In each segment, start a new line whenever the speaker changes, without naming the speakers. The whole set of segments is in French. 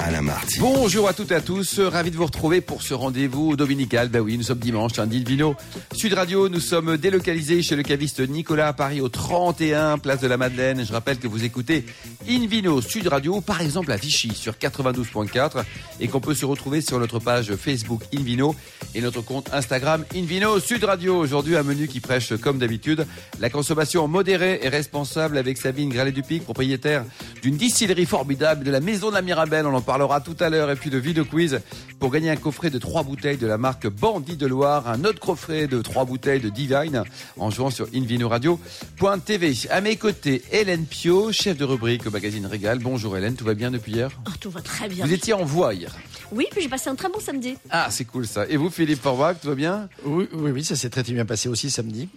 Alain Marty.
Bonjour à toutes et à tous, ravi de vous retrouver pour ce rendez-vous dominical. Ben oui, nous sommes dimanche, lundi de vino. Sud Radio, nous sommes délocalisés chez le caviste Nicolas à Paris au 31 place de la Madeleine. Je rappelle que vous écoutez Invino Sud Radio, par exemple à Vichy sur 92.4 et qu'on peut se retrouver sur notre page Facebook Invino et notre compte Instagram Invino Sud Radio. Aujourd'hui, un menu qui prêche comme d'habitude la consommation modérée et responsable avec Sabine Gralet-Dupic, propriétaire d'une distillerie formidable de la Maison de la Mirabelle. On en parlera tout à l'heure. Et puis de Vino Quiz pour gagner un coffret de trois bouteilles de la marque Bandit de Loire, un autre coffret de trois bouteilles de Divine en jouant sur invinoradio.tv. À mes côtés, Hélène Pio, chef de rubrique au magazine Régal. Bonjour Hélène, tout va bien depuis hier
Oh, tout va très bien.
Vous étiez en voie hier.
Oui, puis j'ai passé un très bon samedi.
Ah, c'est cool ça. Et vous, Philippe Forbach, tout va bien
Oui, oui, oui, ça s'est très bien passé aussi samedi.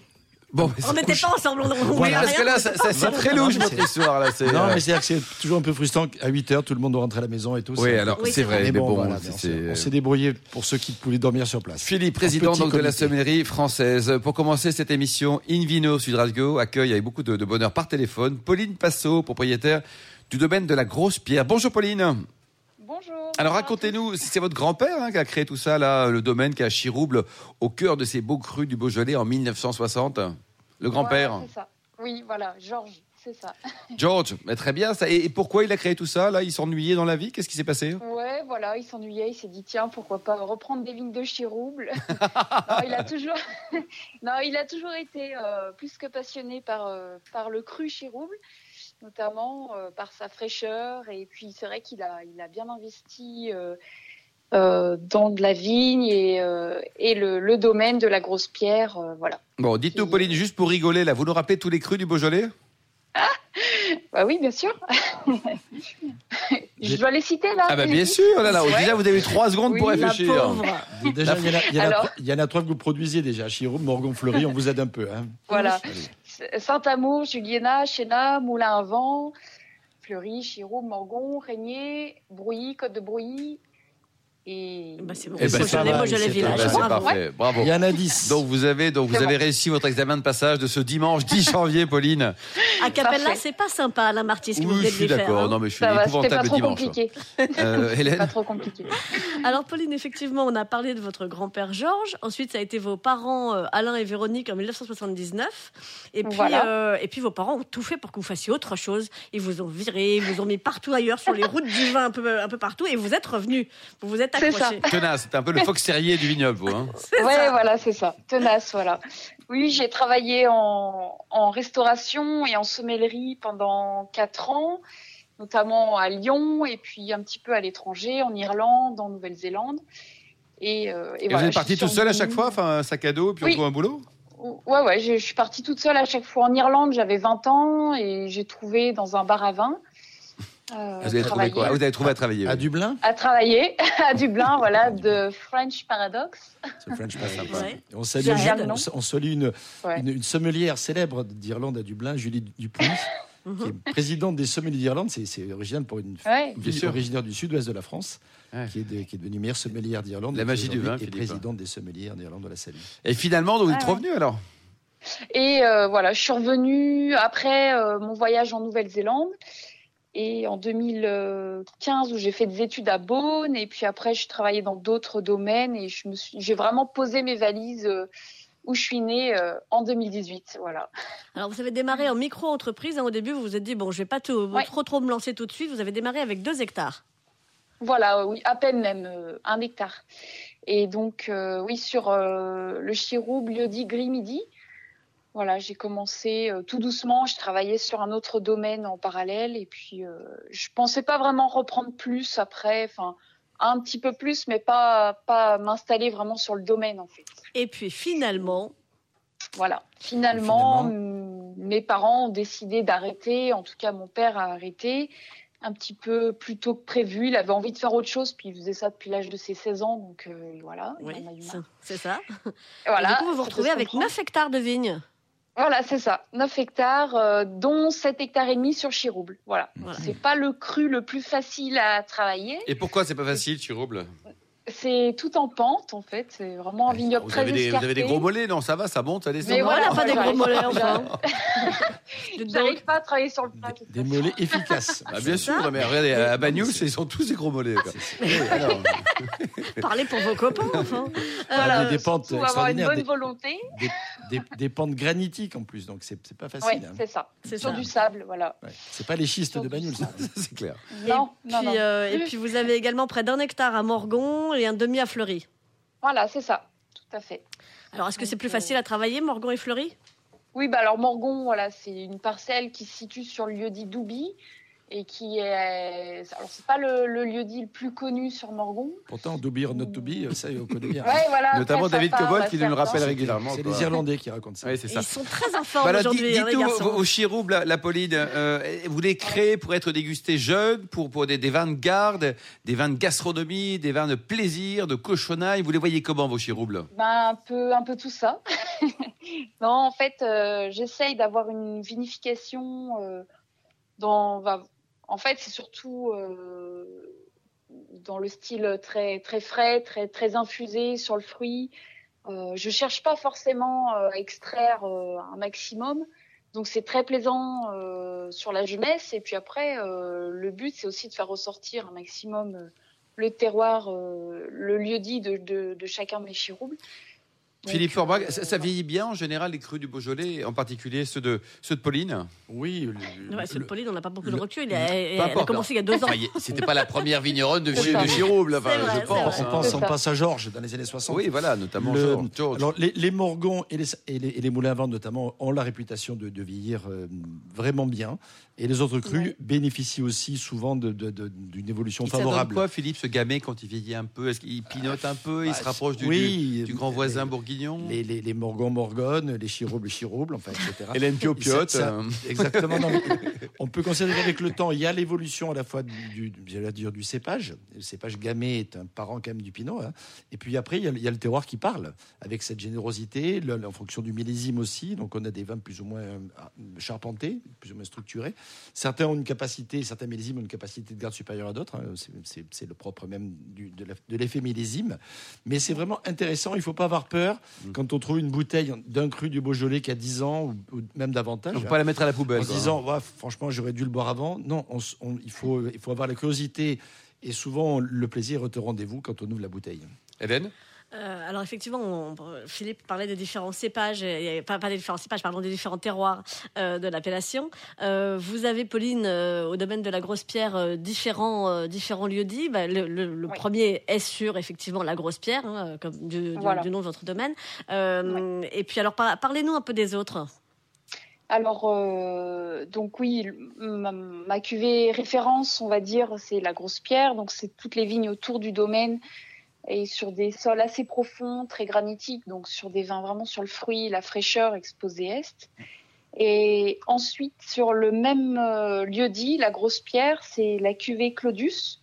Bon, bah,
On
ça
n'était
couche.
pas ensemble, on on
Oui,
voulait
parce que
rien.
là, ça, ça- c'est très
Non,
louche
mais
votre
c'est-
histoire là. c'est,
Non,
euh,
mais c'est-à-dire que c'est toujours un peu frustrant qu'à 8h, tout le monde rentre à la maison et tout.
Oui,
c'est-
alors
Oui,
c'est
c'est
vrai,
vrai.
mais bon,
voilà,
c'est-
on s'est- on s'est débrouillé pour ceux qui pouvaient dormir sur place.
Philippe, président
petit
donc, de la
comité.
sommellerie française. Pour commencer cette émission, Invino Sud Radio accueille avec beaucoup de, de bonheur par téléphone Pauline Passot, propriétaire du domaine de la Grosse Pierre. Bonjour Pauline.
Bonjour.
Alors racontez-nous, c'est votre grand-père hein, qui a créé tout ça, là, le domaine qui a Chirouble, au cœur de ces beaux crus du Beaujolais en 1960. Le grand-père,
Voilà, c'est ça. Oui, voilà, Georges, c'est ça.
George. mais très bien. Ça. Et, et pourquoi il a créé tout ça Là, il s'ennuyait dans la vie. Qu'est-ce qui s'est passé
Ouais, voilà, il s'ennuyait, il s'est dit tiens, pourquoi pas reprendre des vignes de Chirouble. non, il a toujours, non, il a toujours été euh, plus que passionné par euh, par le cru Chirouble, notamment euh, par sa fraîcheur. Et puis c'est vrai qu'il a il a bien investi. euh, euh, dans de la vigne et, euh, et le, le domaine de la grosse pierre, euh, voilà.
Bon, dites-nous,
Qui-
Pauline, juste pour rigoler, là, vous nous rappelez tous les crus du Beaujolais
Bah oui, bien sûr. Je
J'ai-
dois les citer là.
Ah bah bien sûr, là, là,
Ouais.
déjà vous avez eu trois secondes
Oui,
pour
la
réfléchir.
Pauvre.
Déjà, il y en a- il y en a
Alors
trois- il y en a trois que vous produisiez déjà. Chiroume, Morgon Fleury, on vous aide un peu. hein.
Voilà. Saint-Amour, Juliena, Chéna, Moulin à Vent, Fleury, Chiroux, Morgon, Régnier, Brouilly, Côte de Brouilly. Et.
Bah, c'est bon,
Eh ben, c'est
moi, je l'ai,
pas
moi
mal,
je l'ai
c'est
Eh ben,
village.
pas
c'est
mal.
Bravo.
parfait, bravo.
Il y en a 10.
Donc vous avez donc vous
C'est
avez
bon.
réussi votre examen de passage de ce dimanche 10 janvier, Pauline.
A cappella,
Parfait.
c'est pas sympa, Alain Marty, ce que vous
Oui,
venez
je
de lui
suis
faire.
d'accord.
hein.
Non mais je suis
Ça va, c'était pas
épouvantable le
trop
dimanche.
compliqué.
Euh,
Pas
Hélène,
trop compliqué.
Alors, Pauline, effectivement, on a parlé de votre grand-père Georges. Ensuite, ça a été vos parents, euh, Alain et Véronique, en 1979. Et puis,
Voilà.
euh, et puis, vos parents ont tout fait pour que vous fassiez autre chose. Ils vous ont viré, ils vous ont mis partout ailleurs, sur les routes du vin, un peu, un peu partout. Et vous êtes revenus. Vous vous êtes
C'est ça.
accrochés.
tenace, c'est un peu le fox terrier du vignoble, vous. Hein.
Ouais, voilà, c'est ça. Tenace, voilà. Oui, j'ai travaillé en, en restauration et en sommellerie pendant quatre ans, notamment à Lyon et puis un petit peu à l'étranger, en Irlande, en Nouvelle-Zélande. Et, euh, et
Et
voilà,
vous
je
êtes parti
suis
tout seul à
survenue-
chaque fois, enfin un sac à dos, puis on
Oui.
trouve un boulot.
Ouais, ouais, je, je suis partie toute seule à chaque fois en Irlande. J'avais 20 ans et j'ai trouvé dans un bar à vin. euh,
Vous avez trouvé
travailler-
quoi Ah, Vous avez trouvé à travailler.
À
oui.
Dublin
À travailler à Dublin, voilà, de French Paradox.
C'est French pas sympa.
Ouais.
On salue,
J'ai rien,
on-
non.
on salue une,
Ouais.
une, une sommelière célèbre d'Irlande à Dublin, Julie Dupuis, qui
Mhm.
est présidente des sommeliers d'Irlande. C'est- C'est original pour une
Bien
Ouais.
Ville
sûr.
originaire du sud-ouest de la France,
Ouais.
qui, est de- qui est devenue meilleure sommelière d'Irlande.
La
et qui
magie du
aujourd'hui
vin,
est
Philippe.
présidente des sommeliers d'Irlande de la Saline.
Et finalement, donc, vous êtes
Ah ouais.
revenu alors
Et euh, voilà, je suis revenue après euh, mon voyage en Nouvelle-Zélande. Et en 2015, où j'ai fait des études à Beaune, et puis après, je travaillais dans d'autres domaines, et je me suis, j'ai vraiment posé mes valises euh, où je suis née euh, en 2018. Voilà.
Alors, vous avez démarré en micro-entreprise. hein. au début, vous vous êtes dit, bon, je vais pas tout-
Ouais.
trop, trop me lancer tout de suite. Vous avez démarré avec deux hectares.
Voilà, oui, à peine même, euh, un hectare. Et donc, euh, oui, sur euh, le Chirou Biodi Gris Midi, voilà, j'ai commencé euh, tout doucement. Je travaillais sur un autre domaine en parallèle. Et puis, euh, je pensais pas vraiment reprendre plus après, enfin, un petit peu plus, mais pas, pas m'installer vraiment sur le domaine, en fait.
Et puis, finalement,
Voilà. Finalement, m- mes parents ont décidé d'arrêter. En tout cas, mon père a arrêté un petit peu plus tôt que prévu. Il avait envie de faire autre chose, puis il faisait ça depuis l'âge de ses 16 ans. Donc euh, voilà. il
oui,
en a eu marre.
c'est- c'est ça.
Et
Et
voilà
du coup, vous vous
ça
retrouvez
se
avec
comprend.
9 hectares de vignes.
Voilà, c'est ça. 9 hectares, euh, dont 7 hectares et demi sur Chirouble. Voilà.
Voilà.
C'est pas le cru le plus facile à travailler.
Et pourquoi c'est pas facile, tu roubles
c'est tout en pente en fait, c'est vraiment un vignoble
Ah, vous,
très
avez des, vous
escarpé.
avez des gros mollets, non Ça va, ça monte, ça descend
Mais
Non, on
voilà,
n'a pas des gros
j'arrive-
mollets, enfin. Dites donc.
J'arrive pas Ah, à travailler sur le plat. de toute
Des
façon.
mollets efficaces.
Ah, bien sûr, mais regardez, à Bagnous, ils sont tous des gros mollets. quoi. Oui, alors,
Parlez pour vos copains, enfin. Euh,
Ah,
Voilà,
des, des pentes
surtout avoir une
extraordinaires,
bonne
des,
volonté.
des- des pentes granitiques en plus, donc c'est c'est pas
Ouais,
facile. hein.
c'est ça.
C'est
Sur
ça.
du sable, voilà.
Ouais. C'est pas les schistes
Sur
de
du
Bagnoul. ça.
c'est clair.
Non,
et,
non,
puis,
non.
euh, et puis vous avez également près d'un hectare à Morgon et un demi à Fleury.
Voilà, c'est ça. Tout à fait.
Alors est-ce que c'est plus
Donc, euh,
facile à travailler, Morgon et Fleury
Oui, bah alors Morgon, voilà, c'est une parcelle qui se situe sur le lieu-dit d'Oubi et qui est. Alors, c'est pas le, le lieu-dit le plus connu sur Morgon.
Pourtant, d'oublier not to be, euh, ça, on connaît bien.
Ouais, voilà.
Notamment
très
David
sympa,
Cobol
on va
qui
faire
nous le rappelle
ça.
régulièrement.
C'est
quoi.
les Irlandais qui racontent ça.
Ouais, c'est
Et
ça.
Ils sont très en forme
Bah alors, dites-
aujourd'hui, hein, les
dites-nous,
garçons.
vos, vos chiroubes, la, la Pauline, euh, euh, vous les créez pour être dégustés jeunes, pour, pour des, des vins de garde, des vins de gastronomie, des vins de plaisir, de cochonaille. Vous les voyez comment, vos chiroubes
Ben, un peu, un peu tout ça. non, en fait, euh, j'essaye d'avoir une vinification euh, dans. bah, en fait, c'est surtout euh, dans le style très, très frais, très, très infusé sur le fruit. Euh, je cherche pas forcément euh, à extraire euh, un maximum. Donc c'est très plaisant euh, sur la jeunesse et puis après euh, le but c'est aussi de faire ressortir un maximum euh, le terroir, euh, le lieu dit de, de, de chacun de mes chiroubles. Donc,
Philippe Forbach, ça, ça
euh,
vieillit bien en général les crus du Beaujolais, en particulier ceux de, ceux de Pauline
Oui, le- le-
Ouais, c'est
le-
le Pauline, on n'a pas beaucoup de
le-
recul. Il a- elle a
importe,
commencé il y a deux ans.
Enfin, Ah, y- C'était pas la première vigneronne de,
C'est
de
ça.
chiroubles, enfin,
C'est vrai,
je
c'est
pense.
on
vrai.
hein.
pense
C'est
en
ça.
passe à Georges dans les années 60.
Oui, voilà, notamment
Le-
Georges. Georges.
Alors, les, les morgons et les, et les- et les moulins à vent, notamment, ont la réputation de, de vieillir euh, vraiment bien. Et les autres crus
Ouais.
bénéficient aussi souvent de- de- de- d'une évolution
Il s'adonne
favorable.
quoi, Philippe, ce gamet, quand il vieillit un peu Est-ce qu'il pinote un peu Il
Bah,
se rapproche du,
oui,
du, du grand
mais-
voisin bourguignon
Les, les, les morgons morgones, les chiroubles chiroubles, enfin, etc.
Hélène Piopiote
Ça- ça-
euh,
Exactement. non, mais on peut considérer qu'avec le temps, il y a l'évolution à la fois du, du- du- j'allais dire du cépage. Le cépage gamay est un parent quand même du pinot. hein. Et puis après, il y, a, le- il y a le terroir qui parle, avec cette générosité, le- en fonction du millésime aussi. Donc on a des vins plus ou moins euh, charpentés, plus ou moins structurés. Certains ont une capacité, certains millésimes ont une capacité de garde supérieure à d'autres. hein. C'est- C'est c'est le propre même du- de la- de l'effet millésime. Mais c'est vraiment intéressant. Il ne faut pas avoir peur quand on trouve une bouteille d'un cru du Beaujolais qui a 10 ans ou, ou même davantage.
On peut
hein
pas la mettre à la poubelle.
en se
quoi.
disant Ouais, franchement j'aurais dû le boire avant non on s- on- il faut il faut avoir la curiosité et souvent le plaisir est au rendez-vous quand on ouvre la bouteille
Hélène
Euh, alors effectivement, on- Philippe parlait des différents cépages, et- et- pas, pas des différents cépages, pardon, des différents terroirs euh, de l'appellation. Euh, vous avez, Pauline, euh, au domaine de la Grosse Pierre, euh, différents, euh, différents lieux-dits. Bah, le le- le
Oui.
premier est sur, effectivement, la Grosse Pierre, hein, comme du, du-
Voilà.
du nom de votre domaine. Euh, Et puis alors, par- parlez-nous un peu des autres.
Alors, euh, donc oui, le- ma, ma cuvée référence, on va dire, c'est la grosse pierre. Donc, c'est toutes les vignes autour du domaine et sur des sols assez profonds, très granitiques. Donc, sur des vins vraiment sur le fruit, la fraîcheur exposée est. Et ensuite, sur le même euh, lieu-dit, la grosse pierre, c'est la cuvée Claudius.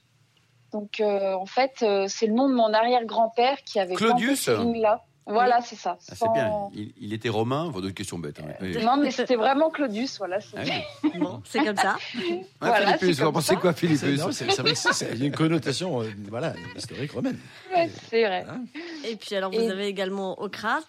Donc, euh, en fait, euh, c'est le nom de mon arrière-grand-père qui avait planté
Claudius
ces vignes-là. Voilà, c'est ça.
Ah, C'est
Sans-
bien, il, il était romain. Enfin, d'autres questions bêtes. hein. Oui.
Non, mais c'était vraiment Claudius, voilà. c'est-
Ah oui.
Bon, c'est comme ça.
Ah,
Voilà,
Philippus,
Ah, c'est
vous en
comme
pensez
ça.
quoi, Philippus
C'est- non, c'est- c'est vrai que c'est- c'est- il y a une connotation euh, voilà historique romaine
Ouais, c'est vrai.
Hein.
Et puis alors, vous
Et-
avez également Okra.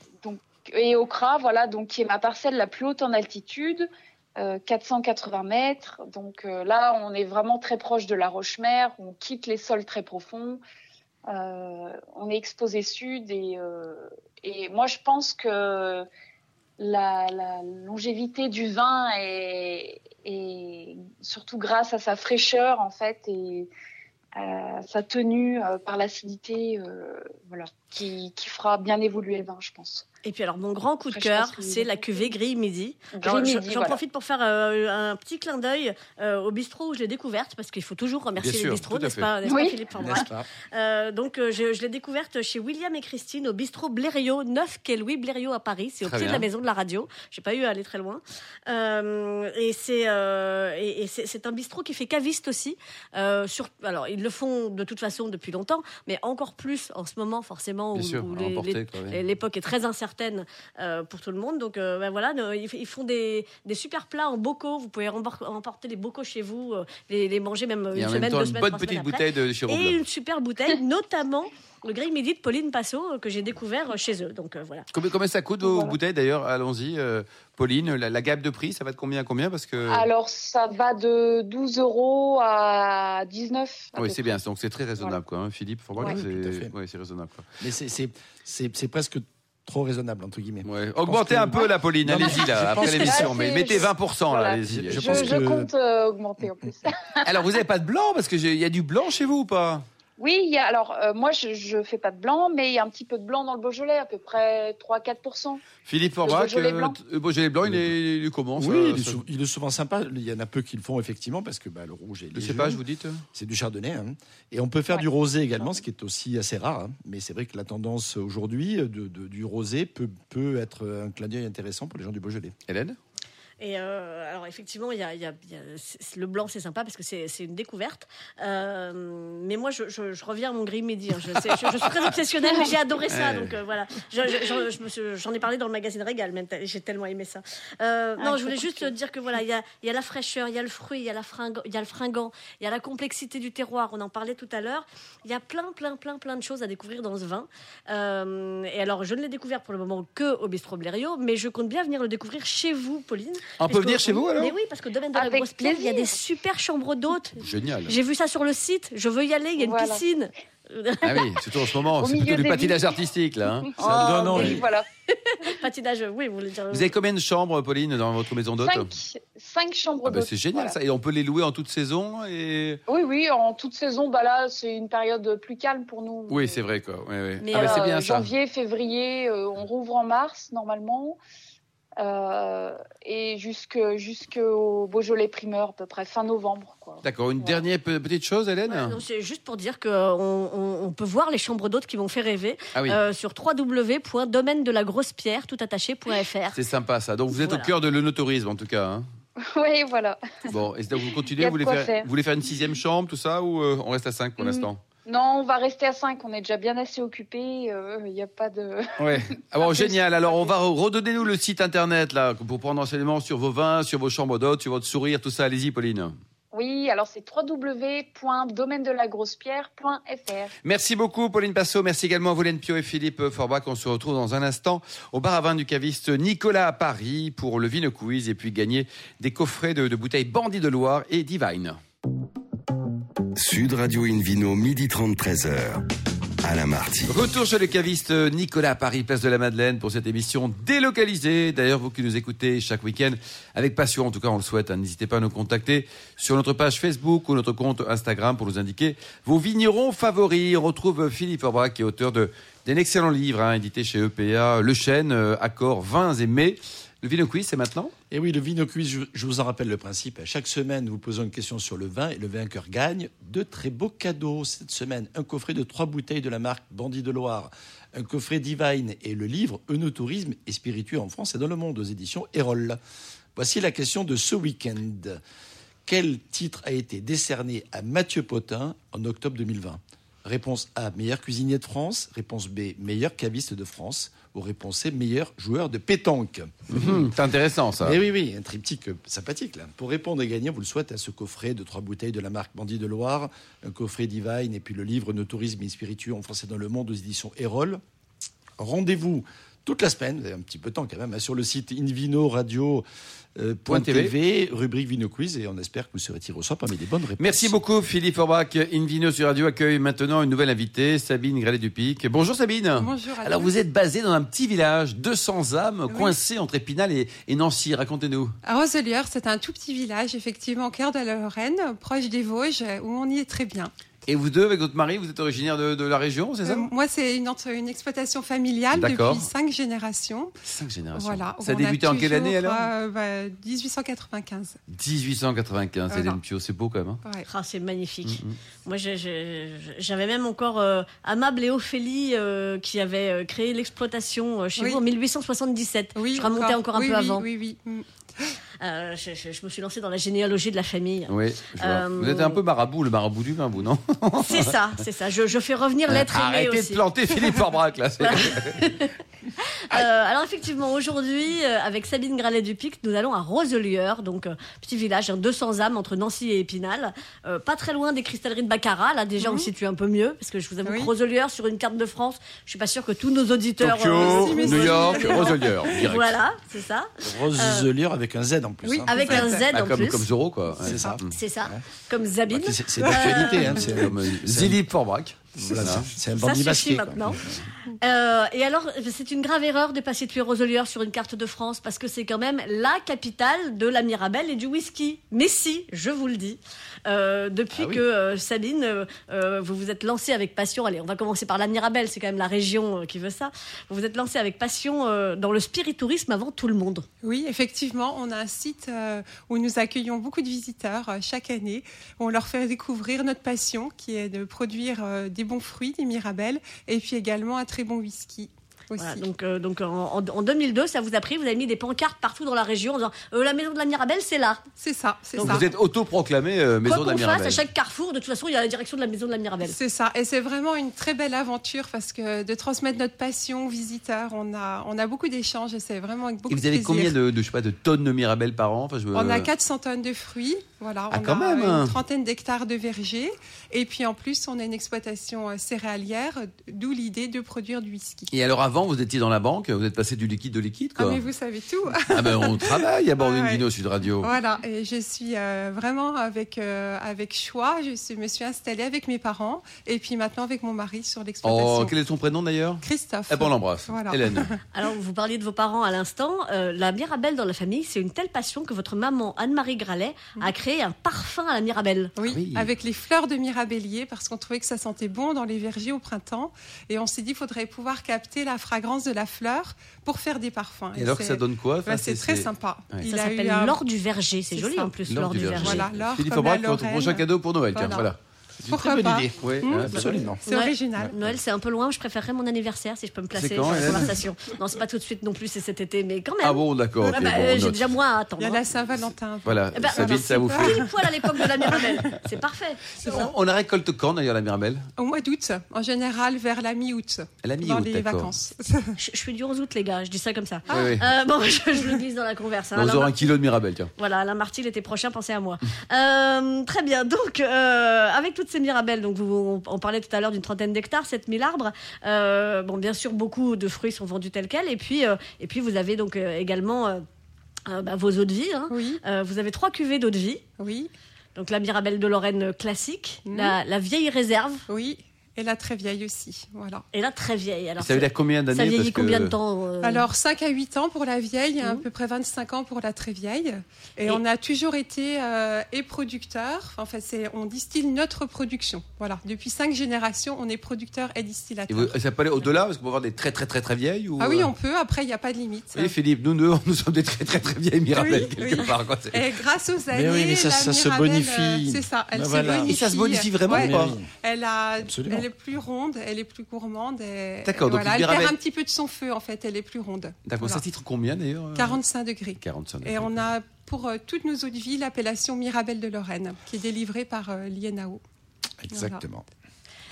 et Okra, voilà, donc qui est ma parcelle la plus haute en altitude, euh, 480 mètres. Donc euh, là, on est vraiment très proche de la roche-mer, on quitte les sols très profonds, euh, on est exposé sud et, euh, et moi je pense que la, la longévité du vin est, est surtout grâce à sa fraîcheur en fait et à sa tenue euh, par l'acidité, euh, voilà, qui, qui fera bien évoluer le vin, je pense.
Et puis alors, mon grand coup de
Je sais pas
cœur,
ce que vous
c'est la
dites.
cuvée Grille Midi. Alors,
Green
je- J'en
Midi, voilà.
profite pour faire euh, un petit clin d'œil euh, au bistrot où je l'ai découverte, parce qu'il faut toujours remercier
Bien
les
sûr,
bistrots,
tout à
n'est-ce
fait.
pas, n'est-ce pas,
Oui.
Philippe Forbrac
n'est-ce pas
Euh, Donc, euh, je, je l'ai découverte chez William et Christine au bistrot Blériot, 9 quai Louis Blériot à Paris. C'est au
Très
pied de
bien.
la maison de la radio. J'ai pas eu à aller très loin. Euh, et c'est euh, et, et c'est c'est un bistrot qui fait caviste aussi. Euh, sur, alors, ils le font de toute façon depuis longtemps, mais encore plus en ce moment, forcément, où,
Bien sûr,
où
à
les- les
emporter, quoi, oui.
et L'époque est très certaine euh, pour tout le monde. Donc euh, ben voilà, ne- ils, f- ils font des, des super plats en bocaux. Vous pouvez rembor- remporter les bocaux chez vous, euh, les, les manger même une
Et en
semaine,
même temps,
deux
une
semaines,
bonne
trois semaines
petite
après.
bouteille de sirop
Et
blanc.
une super bouteille, notamment le grill midi de Pauline Passot euh, que j'ai découvert euh, chez eux. Donc euh, voilà.
Combien, combien ça coûte vos
Voilà.
bouteilles d'ailleurs Allons-y, euh, Pauline. La, la gamme de prix, ça va de combien à combien Parce que
Alors, ça va de 12 euros à 19. à
oui,
peu
c'est
près.
bien. Donc c'est très raisonnable, quoi. hein, Philippe, faut voir
Ouais.
que
Oui, tout à
c'est
fait.
ouais, c'est raisonnable. Quoi.
Mais c'est- c'est- c'est c'est presque trop raisonnable, entre guillemets.
Ouais. Augmentez un peu, la Pauline.
Non, mais
Allez-y là,
je pense
après
que-
l'émission. Mais
Ouais,
mettez
je-
20 là,
voilà.
allez-y.
Je
Je,
pense
je
que-
compte euh, augmenter en plus.
Alors vous n'avez pas de blanc parce que j'ai- il y a du blanc chez vous ou pas
Oui, il y a, alors euh, moi je, je fais pas de blanc, mais il y a un petit peu de blanc dans le Beaujolais, à peu près 3-4%.
Philippe Forbach,
Beaujolais blanc.
t- euh, Beaujolais blanc, il est, il est comment ça,
Oui, il est,
ça-
sou- il est souvent sympa. Il y en a peu qui le font, effectivement, parce que bah, le rouge et
Le
les
cépage,
jaunes,
vous dites
c'est du chardonnay. hein. Et on peut faire
Ouais.
du rosé également, ce qui est aussi assez rare. hein. Mais c'est vrai que la tendance aujourd'hui de- de- du rosé peut, peut être un clin d'œil intéressant pour les gens du Beaujolais.
Hélène
Et euh, alors effectivement, il y a- il y a- il y a- c'est- le blanc c'est sympa parce que c'est c'est une découverte. Euh, mais moi, je, je- je reviens à mon gris médir. Je, sais- je- je suis très obsessionnelle, mais j'ai adoré ça.
Ouais.
Donc euh, voilà, j'en je, je- je me suis- j'en ai parlé dans le magazine Régal. Même te- j'ai tellement aimé ça. Euh,
Ah,
non,
je
je voulais
comprends
juste
que-
dire que voilà, il y a, il y a la fraîcheur, il y a le fruit, il y a la fringue- il y a le fringant, il y a la complexité du terroir. On en parlait tout à l'heure. Il y a plein, plein, plein, plein de choses à découvrir dans ce vin. Euh, et alors, je ne l'ai découvert pour le moment que au Bistrot Blériot, mais je compte bien venir le découvrir chez vous, Pauline.
On peut
Puisque-
venir chez vous, alors
Mais oui, parce que domaine de la
Avec
grosse pierre, il y a
plaisir.
des super chambres d'hôtes.
Génial.
J'ai vu ça sur le site, je veux y aller, il y a une
Voilà.
piscine.
Ah oui, surtout en ce moment,
Au
c'est plutôt
milieu
du
des
patinage artistique là. hein.
Ça
Oh,
me donne
Oui,
envie.
voilà.
Patinage, oui, vous voulez dire.
Vous avez combien de chambres, Pauline, dans votre maison d'hôte
5, chambres
Ah bah,
d'hôtes,
C'est génial
voilà.
ça. Et on peut les louer en toute saison. Et...
Oui, oui, en toute saison, bah là c'est une période plus calme pour nous.
Oui, c'est vrai quoi. Ouais, ouais.
Mais,
ah bah,
Euh,
c'est bien ça.
Janvier, février, euh, on rouvre en mars normalement. Euh, et jusque jusqu'au Beaujolais primeur à peu près fin novembre quoi.
D'accord. Une
Ouais.
dernière pe- petite chose, Hélène
Ouais, non, c'est juste pour dire qu'on on, on peut voir les chambres d'hôtes qui m'ont fait rêver
Ah oui.
euh, sur www.domaine de la grosse pierre, tout attaché.fr.
C'est sympa ça. Donc vous êtes
Voilà.
au cœur de l'onotourisme en tout cas. hein.
oui, voilà.
Bon, et donc vous
Y
continuez,
a
vous
de
voulez
quoi
faire,
faire.
vous voulez faire une sixième chambre, tout ça, ou euh, on reste à 5 pour
Mm.
l'instant
Non, on va rester à 5, on est déjà bien assez occupés, il n'y a pas de...
Ouais. Ah bon,
Pas plus,
génial.
pas
Alors on
plus.
va redonner nous le site internet là pour prendre enseignement sur vos vins, sur vos chambres d'hôtes, sur votre sourire, tout ça. Allez-y, Pauline.
Oui, alors c'est www.domaine-de-la-grosse-pierre.fr.
Merci beaucoup, Pauline Passot. Merci également à Volène Pio et Philippe Forbach. On se retrouve dans un instant au bar à vin du caviste Nicolas à Paris pour le Vino Quiz et puis gagner des coffrets de, de bouteilles Bandit de Loire et Divine.
Sud Radio Invino, midi 30, 13h. Alain Marty.
Retour chez le caviste Nicolas à Paris, place de la Madeleine, pour cette émission délocalisée. D'ailleurs, vous qui nous écoutez chaque week-end, avec passion, en tout cas, on le souhaite, hein, n'hésitez pas à nous contacter sur notre page Facebook ou notre compte Instagram pour nous indiquer vos vignerons favoris. On retrouve Philippe Orbra, qui est auteur de- d'un excellent livre, hein, édité chez EPA, Le Chêne, euh, Accord, Vins et Mets. Le Vino Quiz, c'est maintenant
Et oui, le Vino Quiz, je, je vous en rappelle le principe. Chaque semaine, nous vous posons une question sur le vin et le vainqueur gagne de très beaux cadeaux. Cette semaine, un coffret de trois bouteilles de la marque Bandit de Loire, un coffret Divine et le livre Eunotourisme et spiritueux en France et dans le monde aux éditions Erol. Voici la question de ce week-end. Quel titre a été décerné à Mathieu Potin en octobre 2020 Réponse A, meilleur cuisinier de France. Réponse B, meilleur caviste de France. Ou réponse C, meilleur joueur de pétanque.
Hum, C'est intéressant, ça.
Mais Eh oui, oui, un triptyque euh, sympathique. Là. Pour répondre et gagner, vous le souhaitez à ce coffret de trois bouteilles de la marque Bandit de Loire, un coffret Divine et puis le livre Nos tourismes et spiritueux en français dans le monde aux éditions Erol. Rendez-vous toute la semaine, vous avez un petit peu de temps quand même, hein, sur le site euh, invinoradio.tv, rubrique Vino Quiz, et on espère que vous serez tiré au sort parmi des bonnes réponses.
Merci beaucoup, Philippe Orbach. Invino sur Radio accueille maintenant une nouvelle invitée, Sabine Grellet-Dupic. Bonjour, Sabine.
Bonjour à
Ah. Alors
tous.
vous êtes basé dans un petit village, 200 âmes,
Ah Oui.
coincées entre Épinal et, et Nancy. Racontez-nous.
À Roselière, c'est un tout petit village, effectivement, au cœur de la Lorraine, proche des Vosges, où on y est très bien.
Et vous deux, avec votre mari, vous êtes originaire de, de la région, c'est ça
Euh, moi, c'est une, entre- une exploitation familiale
D'accord.
depuis cinq générations.
Cinq générations.
Voilà.
Ça a
On
débuté en quelle
toujours,
année alors
euh, bah, 1895.
1895,
Voilà.
Hélène Pio, c'est beau quand même. hein.
Ouais.
Ah, c'est magnifique.
Mhm.
Moi, je- je- je- j'avais même encore euh, Amable et Ophélie euh, qui avaient euh, créé l'exploitation euh, chez
Oui.
vous en 1877.
Oui,
je remontais encore, un
Oui,
peu
oui,
avant.
Oui, oui. Mm.
Euh, je, je- je me suis lancée dans la généalogie de la famille.
Oui, je vois.
Euh,
Vous êtes un peu marabout, le marabout du vin, vous, non
C'est ça, c'est ça. Je, je fais revenir l'être aimé
Arrêtez
aussi.
de planter Philippe Forbrac, là. c'est-
Euh, alors effectivement, aujourd'hui, euh, avec Sabine Gralet-Dupic, nous allons à Roselieur, donc euh, petit village, hein, 200 âmes entre Nancy et Épinal, Euh, pas très loin des cristalleries de Baccarat. Là déjà, on
Mhm.
se situe un peu mieux, parce que je vous avoue
Oui.
que Roselieur sur une carte de France, je suis pas sûre que tous nos auditeurs. euh,
Tokyo,
si,
aussi,
mais
New
si.
York, Roselier, direct.
Voilà, c'est ça.
Roselier avec un Z en plus.
Oui,
hein.
Euh, Avec un Z
Parfait.
Ah,
en
comme,
plus.
comme Bah, Zorro, quoi. Hum.
C'est ça.
C'est ça.
Ouais.
Comme Zabine.
C'est- C'est d'actualité. hein,
C'est
c'est-
comme Zili Forbrac.
voilà,
Voilà.
c'est- C'est un
Ça
bandit
suffit
masqué. quoi.
maintenant. Euh, et alors, c'est une grave erreur de passer tuer Roselier sur une carte de France parce que c'est quand même la capitale de la Mirabelle et du whisky. Mais si, je vous le dis, euh, depuis
Ah oui.
que euh, Sabine, euh, euh, vous vous êtes lancée avec passion, allez, on va commencer par la Mirabelle, c'est quand même la région euh, qui veut ça. Vous vous êtes lancée avec passion euh, dans le spiritourisme avant tout le monde.
Oui, effectivement, on a un site euh, où nous accueillons beaucoup de visiteurs euh, chaque année. On leur fait découvrir notre passion, qui est de produire euh, des bons fruits, des mirabelles, et puis également un très bon whisky aussi.
Voilà, donc euh, donc en, en- en 2002, ça vous a pris, vous avez mis des pancartes partout dans la région en disant euh, la maison de la Mirabelle, c'est là.
C'est ça, c'est
Donc
ça.
Vous êtes autoproclamé euh, maison
Quoi
de la
qu'on fasse, à
Mirabelle.
chaque carrefour, de toute façon, il y a la direction de la maison de la Mirabelle.
C'est ça, et c'est vraiment une très belle aventure parce que de transmettre notre passion aux visiteurs, on a, on a beaucoup d'échanges et c'est vraiment avec beaucoup
Et vous avez
de plaisir.
combien de, de, je sais pas, de tonnes de Mirabelle par an Enfin, je me-
On a 400 tonnes de fruits, voilà,
Ah,
on
quand
a
même, hein.
une trentaine d'hectares de vergers, et puis en plus on a une exploitation euh, céréalière, d'où l'idée de produire du whisky.
Et alors avant, vous étiez dans la banque, vous êtes passé du liquide au liquide,
Ah
quoi.
mais vous savez tout,
Ah ben on travaille à bord d'une
Ouais.
Dino Sud Radio.
voilà, et je suis euh, vraiment avec, euh, avec choix, je suis- me suis installée avec mes parents, et puis maintenant avec mon mari sur l'exploitation.
Oh, quel est son prénom d'ailleurs
Christophe.
Eh ben on l'embrasse.
Voilà.
Hélène.
Alors, vous parliez de vos parents à l'instant. Euh, la Mirabelle dans la famille, c'est une telle passion que votre maman, Anne-Marie Gralet,
Mm.
a créé un parfum à la Mirabelle.
Oui,
Ah Oui.
avec les fleurs de mirabellier, parce qu'on trouvait que ça sentait bon dans les vergers au printemps. Et on s'est dit qu'il faudrait pouvoir capter la fragrance de la fleur pour faire des parfums.
Et alors que ça
c'est-
donne quoi Enfin,
bah, c'est très sympa.
Ouais.
ça
a eu
s'appelle
un-
l'or du verger. C'est
C'est
joli
ça.
en plus,
L'or du verger.
Voilà, l'or
Philippe
comme la
Aubrac, votre prochain
Lorraine.
cadeau pour Noël. Tiens,
Voilà.
voilà.
C'est une
Pourquoi
très bonne
pas
idée.
Ouais, hein,
Mmh,
ouais,
Absolument.
C'est
Ouais.
original.
Noël, c'est un peu loin. Je préférerais mon anniversaire, si je peux me placer
C'est
dans
quand,
la
Hélène
conversation. Non, c'est pas tout de suite non plus, c'est cet été, mais quand même.
Ah bon, d'accord.
Ah
ok,
bah,
bon,
euh,
on
J'ai
note.
déjà moins à attendre.
Il y a
hein.
la Saint-Valentin.
Voilà,
Eh
Sabine,
ben,
Ah bah, alors,
ça vous
super.
fait.
Pile poil à l'époque de la Mirabelle. C'est parfait.
On, on la récolte quand d'ailleurs la Mirabelle
Au mois d'août, en général vers la mi-août,
La mi-août,
dans les
d'accord.
vacances.
Je, je suis du 11 août, les gars. Je dis ça comme ça.
Ouais, ouais.
Euh, bon, je, je le glisse dans la converse. hein.
On
Alain
aura un kilo de Mirabelle, tiens.
Voilà, Alain Marty, l'été prochain, pensez à moi. Euh, très bien, donc euh, avec toutes ces mirabelles, donc vous- on, on parlait tout à l'heure d'une trentaine d'hectares, 7000 arbres. Euh, bon, bien sûr, beaucoup de fruits sont vendus tels quels, et puis, euh, et puis vous avez donc euh, également euh, euh, bah, vos eaux de vie. hein.
Oui,
Euh, vous avez trois cuvées d'eau de vie,
oui,
donc la mirabelle de Lorraine euh, classique,
Mhm.
la, la vieille réserve,
oui. Et la très vieille aussi, voilà.
et la très vieille. Alors,
ça veut dire combien
ça
d'années
vieillit
parce que-
combien de temps euh,
Alors 5 à 8 ans pour la vieille, et à
Mhm.
peu près 25 ans pour la très vieille. Et,
Et-
on a toujours été euh, et producteur, en fait c'est, on distille notre production. Voilà, depuis 5 générations on est producteur et
Et
distillateur.
vous- ça peut aller au-delà parce qu'on peut avoir des très très très très vieilles ou
Ah oui
euh,
on peut, après il n'y a pas de limite.
Et Philippe, nous, nous, nous sommes des très très très vieilles Mirabelles
Oui,
quelque
oui.
part. quoi. C'est-
Et grâce aux années,
Mais oui, mais ça-
la
ça se
Mirabelle,
bonifie.
euh, C'est ça, elle
Ben
se
voilà.
bonifie.
Et ça se bonifie vraiment
Ouais.
ou pas
Mais oui.
Elle, a,
Absolument.
elle est plus ronde, elle est plus gourmande. et-
D'accord,
et
donc
voilà,
une
elle perd
Mirabelle-
un petit peu de son feu en fait, elle est plus ronde.
D'accord,
Voilà.
ça titre combien d'ailleurs euh
45 degrés.
45.
Et on a pour euh, toutes nos eaux de vie l'appellation Mirabelle de Lorraine, qui est délivrée par euh, l'INAO.
Exactement.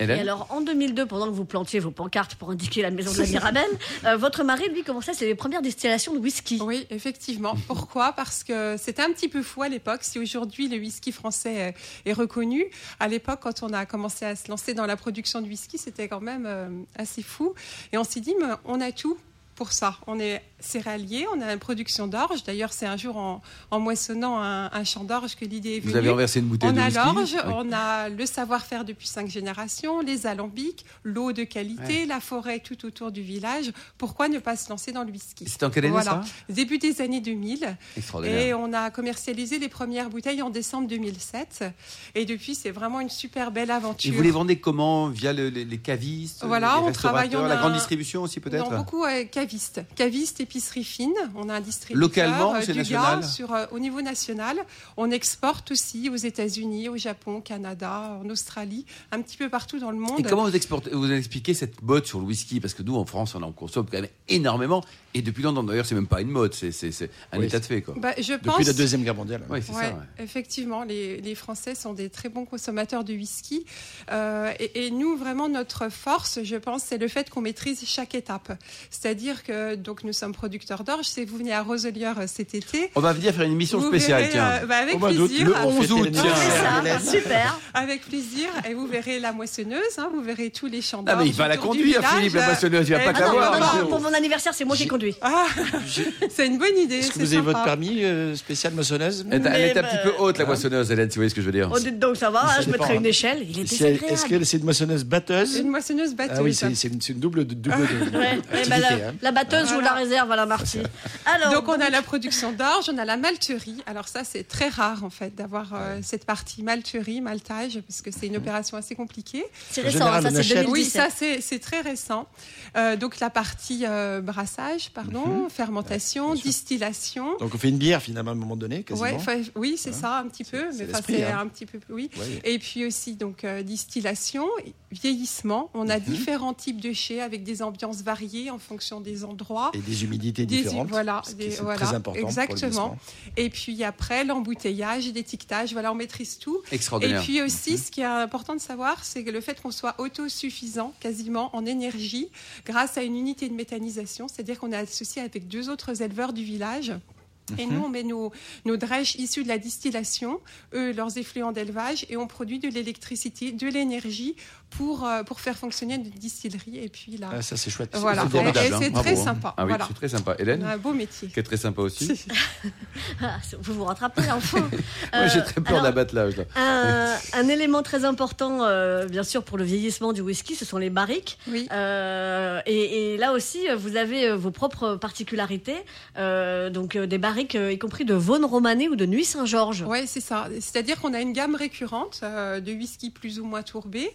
Et
Hélène
alors, en 2002, pendant que vous plantiez vos pancartes pour indiquer la maison de la Mirabelle, euh, votre mari, lui, commençait ses premières distillations de whisky.
Oui, effectivement. Pourquoi Parce que c'était un petit peu fou à l'époque. Si aujourd'hui le whisky français euh, est reconnu, à l'époque, quand on a commencé à se lancer dans la production de whisky, c'était quand même euh, assez fou. Et on s'est dit, mais on a tout. Pour ça, on est céréalier, on a une production d'orge. D'ailleurs, c'est un jour en, en moissonnant un, un champ d'orge que l'idée est venue.
Vous avez renversé une bouteille
On
de
a
whisky
l'orge,
Oui.
on a le savoir-faire depuis cinq générations, les alambics, l'eau de qualité, la forêt tout autour du village. Pourquoi ne pas se lancer dans le whisky
C'était en quelle année
Voilà.
ça
Début des années 2000, et
Extraordinaire.
on a commercialisé les premières bouteilles en décembre 2007. Et depuis, c'est vraiment une super belle
Et
aventure.
vous les vendez comment Via le- les, les cavistes
Voilà,
les
on travaille,
restaurateurs,
on
La
a-
grande distribution aussi
Non,
peut-être
beaucoup euh, cavistes. Cavistes et épiceries fines. On a un distributeur
Localement,
euh,
c'est
du
national
Gard sur, euh, au niveau national. On exporte aussi aux États-Unis, au Japon, au Canada, en Australie, un petit peu partout dans le monde.
Et comment vous, exportez, vous expliquez cette mode sur le whisky Parce que nous, en France, on en consomme quand même énormément. Et depuis longtemps, d'ailleurs, c'est même pas une mode, c'est c'est- c'est un
Oui,
état de fait. Quoi.
Bah, je
Depuis
pense
la Deuxième Guerre mondiale.
Oui, c'est
Ouais,
ça. ouais.
Effectivement, les, les Français sont des très bons consommateurs de whisky. Euh, et, et nous, vraiment, notre force, je pense, c'est le fait qu'on maîtrise chaque étape. C'est-à-dire que donc nous sommes producteurs d'orge. Si vous venez à Roselière euh, cet été,
On va venir faire une émission
vous
spéciale,
verrez,
tiens.
euh, bah, avec
Au mois d'août,
plaisir.
Oh, le
euh,
11 août,
Ah,
Tiens,
c'est ça,
Hélène.
super.
Avec plaisir. Et vous verrez la moissonneuse. hein, vous verrez tous les champs
Ah, mais il
d'orge
va la
autour du
conduire,
village.
Philippe, la moissonneuse, il va
eh
pas
Ah,
ben
te la
non,
voir.
non,
hein.
non.
Pour, pour mon anniversaire, c'est moi qui conduis.
Ah, c'est une bonne idée.
Est-ce que
c'est
vous avez votre
sympa.
permis euh, spécial moissonneuse
Elle, est- elle est un
Mais,
petit
bah,
euh,
peu haute, la moissonneuse, Hélène, si vous voyez ce que je veux dire.
Oh, dites donc, ça va, hein, je
dépend,
mettrai
hein.
une échelle. Il est
Si elle-
désagréable.
Est-ce que c'est une moissonneuse batteuse
Une moissonneuse batteuse.
Ah oui, c'est c'est une, c'est une double, double de-
Ouais, eh ben,
activité.
la,
hein.
la batteuse ou
Voilà.
la réserve à la Marty. Alors,
Donc on a la production d'orge, on a la malterie. Alors ça c'est très rare en fait d'avoir euh, cette partie malterie, maltage, parce que c'est une opération assez compliquée.
c'est
en
récent,
général,
ça
on
c'est
achète-
2017.
Oui, ça c'est c'est très récent. Euh, donc la partie euh, brassage, pardon,
Mhm.
fermentation, distillation.
Donc on fait une bière finalement à un moment donné, quasiment.
Ouais, enfin, oui, c'est ça un petit peu,
c'est
mais enfin,
l'esprit,
c'est
hein.
un petit peu oui.
Ouais.
Et puis aussi donc euh, distillation, vieillissement. On
Mhm.
a différents types de chais avec des ambiances variées en fonction des endroits.
Et des humidités
Des-
différentes.
voilà,
ce qui
des-
est
voilà,
très important. pour le
exactement.
glissement.
Et puis après, l'embouteillage, l'étiquetage, voilà, on maîtrise tout. Et
Extraordinaire. Mhm.
puis aussi, ce qui est important de savoir, c'est que le fait qu'on soit autosuffisant quasiment en énergie grâce à une unité de méthanisation, c'est-à-dire qu'on est associé avec deux autres éleveurs du village. Et
Mhm.
nous, on met nos, nos drèches issues de la distillation, eux, leurs effluents d'élevage, et on produit de l'électricité, de l'énergie pour, euh, pour faire fonctionner une distillerie. Et puis là,
Ah, ça c'est chouette.
voilà.
C'est
Et,
formidable,
et
hein.
c'est
Bravo,
très
hein.
sympa.
Ah oui,
voilà. Euh,
c'est très sympa.
On a
Hélène,
un beau métier.
qui est très sympa aussi.
Ah, c'est- vous vous rattrapez, enfin. Euh,
Ouais,
euh,
J'ai très peur
alors,
d'abattre là. je-
un, un élément très important, euh, bien sûr, pour le vieillissement du whisky, ce sont les barriques.
Oui.
Euh, et, et là aussi, euh, vous avez euh, vos propres particularités, euh, donc euh, des barriques, euh, y compris de Vaune-Romanée ou de Nuit-Saint-Georges.
Oui, c'est ça. C'est-à-dire qu'on a une gamme récurrente euh, de whisky plus ou moins tourbés.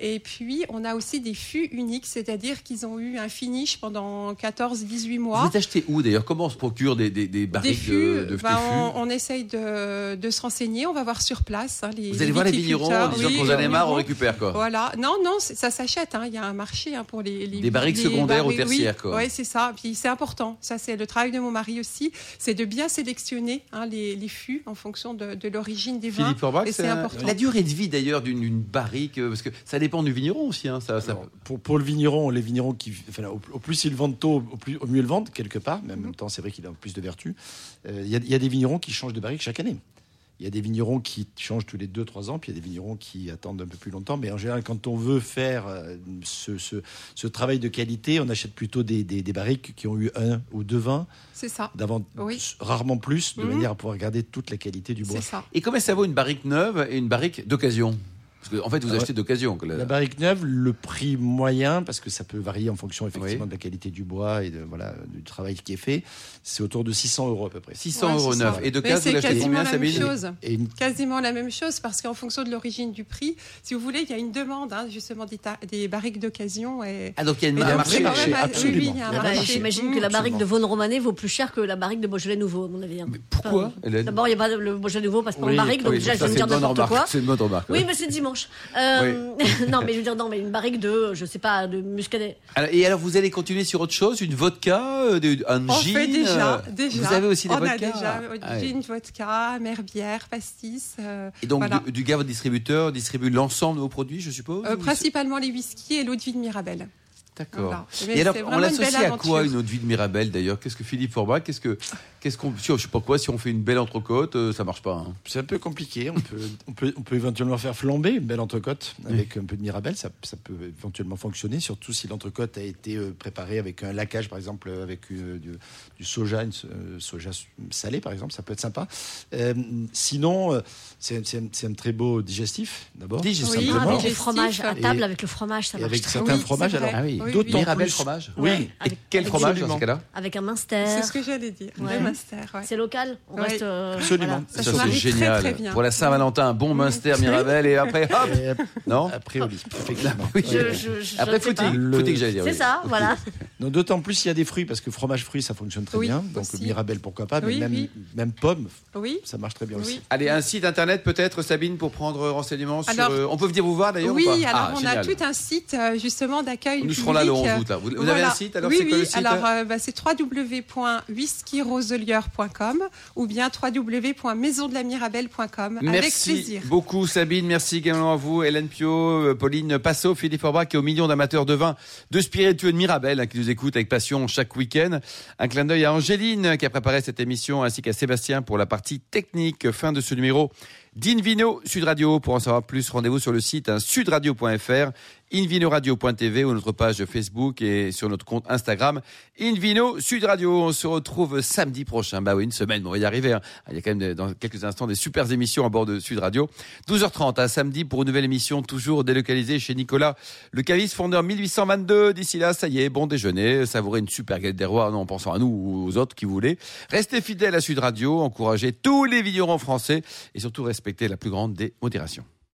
Et puis, on a aussi des fûts uniques, c'est-à-dire qu'ils ont eu un finish pendant 14-18
Vous
mois.
êtes acheté où d'ailleurs Comment on se procure des, des, des
Des
barriques
fûts,
de, de- des
bah, on,
fûts
on essaye de, de se renseigner, on va voir sur place. hein, les,
Vous allez voir les vignerons en disant
viticulteurs. Oui,
qu'on en a
les
marre, on
vignerons.
récupère quoi.
Voilà. Non, non, c'est- ça s'achète. hein. Il y a un marché hein, pour les, les
Des barriques secondaires ou tertiaires, quoi.
Oui, ouais, c'est ça. Puis c'est important. Ça, c'est le travail de mon mari aussi. C'est de bien sélectionner hein, les, les fûts en fonction de, de l'origine des vins.
Philippe Forbach,
Et
c'est
c'est
un-
important.
La durée de vie d'ailleurs d'une d'une barrique, euh, parce que ça dépend du vigneron aussi. hein, ça, ça-
Alors, pour, pour le vigneron, les vignerons qui, enfin, au, au plus ils le vendent tôt, au, plus, au mieux ils le vendent quelque part, mais en
Mhm.
même temps c'est vrai qu'il a plus de vertus. Euh, Il y, a- il y a des vignerons qui changent de barrique chaque année. Il y a des vignerons qui changent tous les 2-3 ans, puis il y a des vignerons qui attendent un peu plus longtemps. Mais en général, quand on veut faire euh, ce, ce- ce travail de qualité, on achète plutôt des, des- des barriques qui ont eu un ou deux vins,
C'est ça.
d'avant,
Oui.
rarement plus, de
Mhm.
manière à pouvoir garder toute la qualité du bois.
C'est ça.
Et combien ça vaut une barrique neuve et une barrique d'occasion Parce que en fait, vous
Ah ouais.
achetez d'occasion.
Euh,
que la-
La barrique neuve, le prix moyen, parce que ça peut varier en fonction effectivement de la qualité du bois et de, voilà, du travail qui est fait, c'est autour de 600 euros à peu près.
600
Ouais,
euros
c'est
neuf.
ça.
Et de
Mais
cas, vous
c'est
l'achetez
quasiment
combien,
la même
Sabine
chose.
Et une-
Quasiment la même chose parce qu'en fonction de l'origine du prix, si vous voulez, il y a une demande hein, justement des, ta- des barriques d'occasion et
Ah, donc il y a une
Et
un
le
marché.
prix, quand même,
marché,
ah, oui,
absolument.
oui, il y a un
Il y a un
Ouais,
marché.
J'imagine que la
Mmh,
barrique de
absolument.
Vaune-Romanée vaut plus cher que la barrique de Beaujolais Nouveau, à mon avis. hein.
Pourquoi,
Enfin,
Hélène
D'abord, il n'y a pas de- le Beaujolais Nouveau passe pas
Oui,
en barrique, donc
Oui,
déjà, je
ça,
vais me
c'est
dire
une bonne
n'importe
remarque.
quoi.
C'est une bonne remarque.
Oui,
ouais.
mais c'est dimanche. Euh, non, mais je veux dire, non, mais une barrique de, je sais pas, de muscadet.
Alors, et alors, vous allez continuer sur autre chose Une vodka euh, de- Un
On
gin
fait déjà,
euh,
déjà.
Vous avez aussi des
on
vodkas
a déjà euh,
Ah, ouais.
gin, vodka, mère bière, pastis. euh,
Et donc,
voilà.
du, du gars, votre distributeur, distribue l'ensemble de vos produits, je suppose
Euh,
ou-
principalement les whiskies et l'eau de vie de Mirabelle.
D'accord.
Voilà. Mais
Et alors,
c'est
on
vraiment une
l'associe
belle
à quoi
aventure.
une autre vie de Mirabelle d'ailleurs Qu'est-ce que Philippe Forbach Qu'est-ce que, qu'est-ce qu'on, si on- je sais pas quoi, si on fait une belle entrecôte, euh, ça marche pas. hein.
C'est un peu compliqué. On peut, on, peut, on peut éventuellement faire flamber une belle entrecôte avec un peu de mirabelle. Ça, ça peut éventuellement fonctionner, surtout si l'entrecôte a été euh, préparée avec un laquage, par exemple, euh, avec euh, du, du soja, une so- euh, soja salé, par exemple. Ça peut être sympa. Euh, sinon, euh, c'est c'est un, c'est un très beau digestif, d'abord.
Digestif.
tout
Oui.
Ah,
simplement.
avec
digestif.
les fromages, à table
Et-
avec le fromage, ça
Et
marche
avec
très
certains
Oui,
fromages,
c'est vrai.
alors
Ah oui.
Oui,
d'autant
Mirabelle
plus.
fromage
Oui.
Ouais.
Et
Avec-
quel fromage dans
Absolument.
ce cas-là
Avec un minster.
C'est ce que j'allais dire.
Ouais.
Le master, ouais.
C'est local. On
Ouais.
reste. euh,
Absolument.
voilà.
Ça se marie très, très bien.
Pour la Saint-Valentin, un bon Munster Mirabelle et après, hop
Et ap-
Non
Après, au lit, effectivement.
Oui.
Je, je, je,
Après,
je sais pas.
footing.
Le-
Footing, j'allais dire.
C'est
oui.
ça, voilà.
Non, D'autant plus s'il y a des fruits, parce que fromage-fruit, ça fonctionne très
Oui,
bien. Donc
aussi.
Mirabelle, pourquoi pas, mais
Oui,
même,
oui.
même pomme,
Oui.
ça marche très bien
Oui.
aussi.
Allez, un site internet peut-être, Sabine, pour prendre renseignements sur.
Alors-
euh, on peut venir vous voir d'ailleurs
Oui,
ou pas
alors
Ah,
on
génial.
a tout un site euh, justement d'accueil.
Nous
public,
serons là le 11
euh,
août. là. Vous, vous avez
voilà.
un site Alors
Oui,
c'est quoi
oui,
le site
alors euh, bah, c'est www.whiskyroselière.com ou bien www.maisondelamirabelle.com. Avec
Merci
plaisir.
beaucoup Sabine, merci également à vous Hélène Pio, euh, Pauline Passot, Philippe Orbach et aux millions d'amateurs de vin, de spiritueux de Mirabelle hein, qui nous écoutent avec passion chaque week-end. Un clin d'œil à Angéline qui a préparé cette émission ainsi qu'à Sébastien pour la partie technique. Fin de ce numéro d'Invino Sud Radio. Pour en savoir plus, rendez-vous sur le site hein, sudradio.fr, invinoradio.tv ou notre page Facebook et sur notre compte Instagram Invino Sud Radio. On se retrouve samedi prochain. Bah oui, une semaine, mais on va y arriver. hein. Il y a quand même des- dans quelques instants des super émissions à bord de Sud Radio. 12h30 à samedi pour une nouvelle émission toujours délocalisée chez Nicolas Le Calice, fondeur 1822. D'ici là, ça y est, bon déjeuner, savourez une super galette des rois non, en pensant à nous ou aux autres qui vous voulez. Restez fidèles à Sud Radio, encouragez tous les vignerons français et surtout respectez la plus grande des modérations.